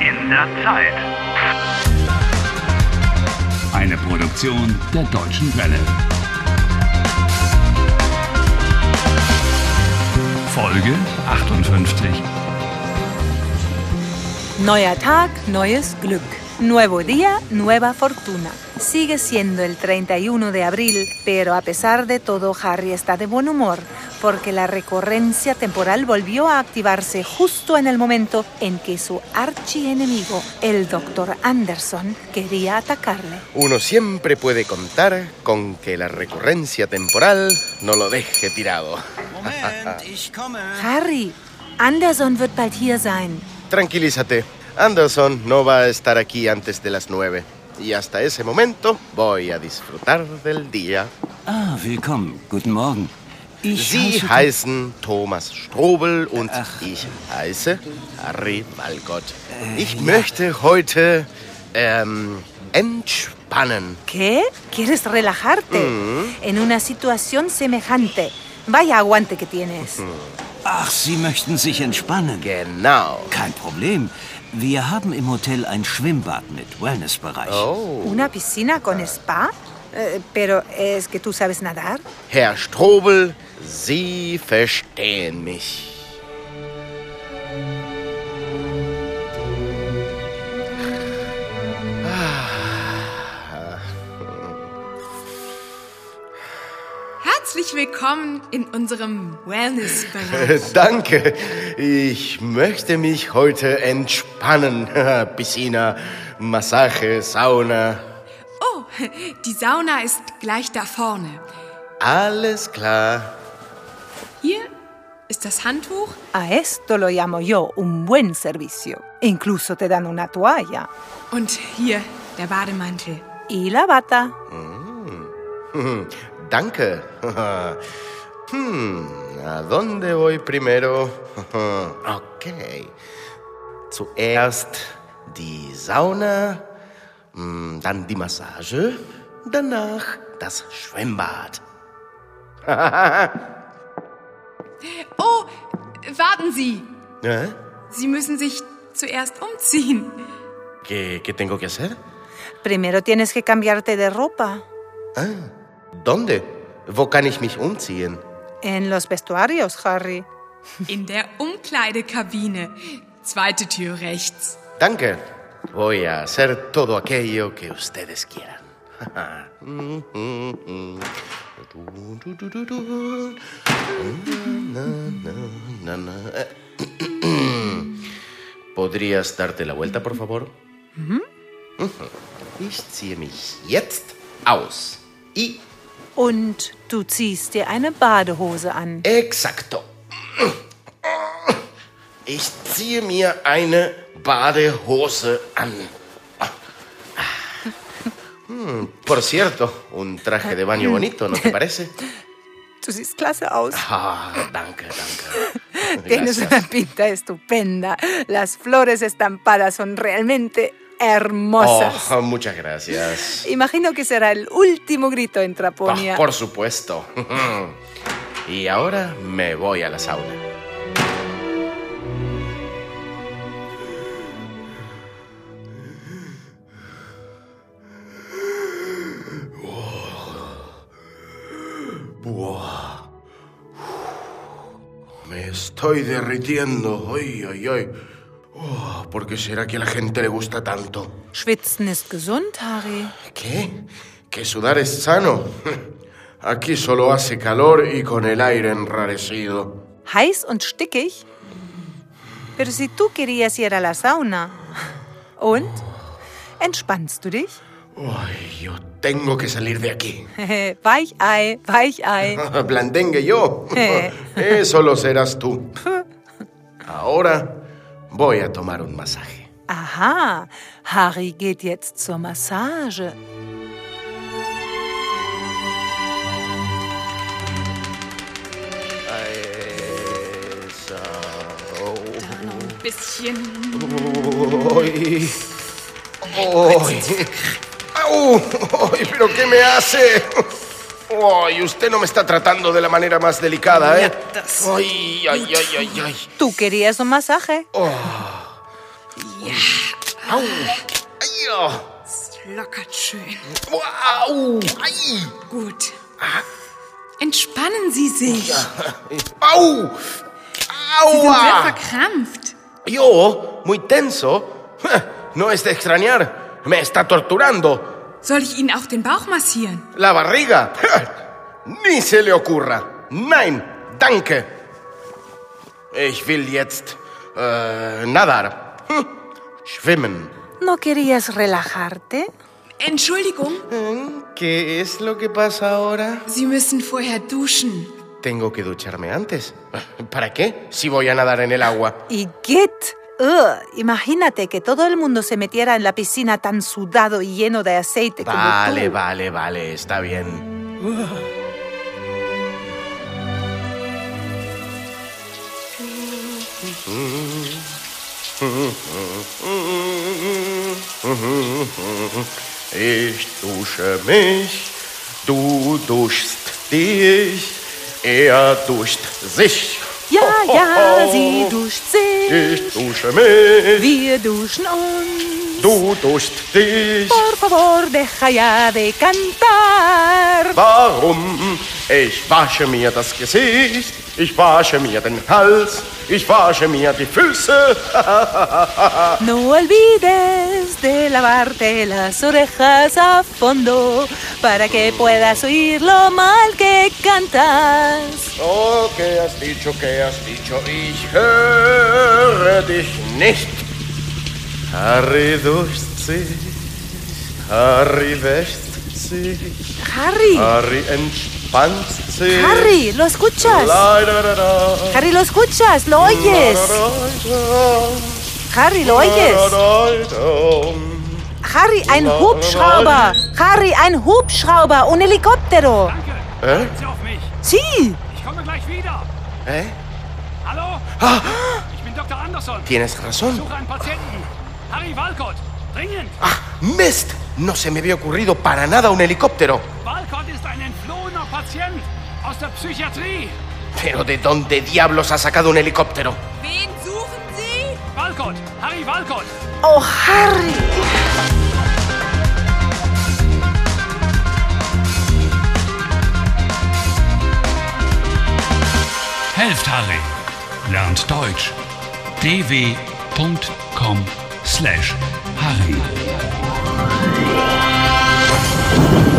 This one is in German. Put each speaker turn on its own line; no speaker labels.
seiner Zeit.
Eine Produktion der Deutschen Welle. Folge 58.
Neuer Tag, neues Glück. Nuevo día, nueva fortuna. Sigue siendo el 31 de abril, pero a pesar de todo Harry está de buen humor, porque la recurrencia temporal volvió a activarse justo en el momento en que su archienemigo, el Dr. Anderson, quería atacarle.
Uno siempre puede contar con que la recurrencia temporal no lo deje tirado.
Moment, ich komme.
Harry, Anderson wird bald hier sein.
Tranquilízate. Anderson no va a estar aquí antes de las nueve. Y hasta ese momento voy a disfrutar del día.
Ah, willkommen. Guten Morgen. Ich
Sie
heiße-
heißen Thomas Strobel und ich heiße Harry Walcott. Ich möchte heute ähm, entspannen.
¿Qué? ¿Quieres relajarte? En una situación semejante. Vaya aguante que tienes.
Ach, Sie möchten sich entspannen.
Genau.
Kein Problem. Wir haben im Hotel ein Schwimmbad mit Wellnessbereich.
Oh.
¿Una piscina con spa? Eh, pero es que tú sabes nadar.
Herr Strobel, Sie verstehen mich.
Herzlich willkommen in unserem Wellnessbereich.
Danke. Ich möchte mich heute entspannen. Piscina, Massage, Sauna.
Oh, die Sauna ist gleich da vorne.
Alles klar.
Hier ist das Handtuch.
A esto lo llamo yo un buen servicio. Incluso te dan una toalla
Und hier der Bademantel.
y la bata.
Hm, Danke. Hm, ¿a dónde voy primero? Okay. Zuerst die Sauna, hm, dann die Massage, danach das Schwimmbad.
Oh, warten Sie.
Hä?
Sie müssen sich zuerst umziehen.
¿Qué, ¿Qué tengo que hacer?
Primero tienes que cambiarte de ropa.
¿Dónde? Wo kann ich mich umziehen?
En los vestuarios, Harry.
In der Umkleidekabine. Zweite Tür rechts.
Danke. Voy a hacer todo aquello que ustedes quieran. ¿Podrías darte la vuelta, por favor? Ich ziehe mich jetzt aus. Y
Und du ziehst dir eine Badehose an.
exacto. Ich ziehe mir eine Badehose an. Hm, Por cierto, un traje de baño bonito, ¿no te parece?
Du siehst klasse aus.
Ah, danke, danke.
Tienes
Gracias.
una pinta estupenda. Las flores estampadas son realmente hermosas.
Oh, muchas gracias.
Imagino que será el último grito en
Ah,
Traponia.
por supuesto. Y ahora me voy a la sauna. Me estoy derritiendo. Ay, ay, ay. Oh, ¿Por qué será que a la gente le gusta tanto?
Schwitzen ist gesund, Harry.
¿Qué? ¿Que sudar es sano? Aquí solo hace calor y con el aire enrarecido.
Heiß und stickig. Pero si tú querías ir a la sauna. ¿Und? ¿Entspannst du dich?
Ay, yo tengo que salir de aquí.
Weichei, Weichei.
Blandengue yo.
Eh.
Eso lo serás tú. Ahora voy a tomar un masaje.
Aha, Harry geht jetzt zur Massage.
Ein bisschen.
Ay. Ay. Au. Ay, pero ¿qué me hace? Ay, usted no me está tratando de la manera más delicada, ¿eh? Ay, ay, ay, ay, ay.
Tú querías un masaje.
Au. Ai, ja.
Es lockert schön.
oh. Au. Ai.
Gut. Entspannen Sie sich.
Au.
Sie sind sehr
Aua.
verkrampft.
Yo, oh, muy tenso. No es de extrañar. Me está torturando.
Soll ich Ihnen auch den Bauch massieren?
La barriga. Ni se le ocurra. Nein, danke. Ich will jetzt äh, nadar. Hm. Schwimmen.
¿No querías relajarte?
Entschuldigung,
Mm, ¿Qué es lo que pasa ahora?
Sie müssen vorher duschen.
Tengo que ducharme antes. ¿Para qué? Si voy a nadar en el agua.
Y Git. Ugh, imagínate que todo el mundo se metiera en la piscina tan sudado y lleno de aceite como
Vale,
tú.
vale, vale, está bien. Ich dusche mich, du duschst dich, er duscht sich.
Ja, ja, sie duscht sich.
Ich dusche mich,
Wir duschen uns.
du duscht dich.
Por favor, deja ya de cantar.
Warum? Ich wasche mir das Gesicht, ich wasche mir den Hals, ich wasche mir die Füße.
No olvides de lavarte las orejas a fondo para que puedas oír lo mal que cantas.
Oh, que has dicho, que has dicho, ich höre dich nicht. Harry duscht sich, Harry wäscht sich,
Harry,
Harry entspannt sich.
Harry, ¿lo escuchas?
La, da, da, da.
Harry, ¿lo escuchas? ¿Lo oyes? Harry, ¿lo
La, da,
oyes?
da, da, da.
Harry, ein Hubschrauber. Harry, ein Hubschrauber, un helicóptero.
Hä?
Sie auf mich.
Sí.
Ich komme gleich wieder.
Hä?
Hallo? Ich bin Dr. Anderson.
Tienes razón.
Suche einen Patienten. Harry Walcott. Dringend.
Ah, ¡Mist! No se me había ocurrido para nada un helicóptero.
Walcott ist ein entflohener Patient aus der Psychiatrie.
Pero ¿de dónde diablos ha sacado un helicóptero?
Wen suchen Sie?
Walcott. Harry Walcott.
Oh, Harry.
Helft Harry. Lernt Deutsch. dw.com/harry.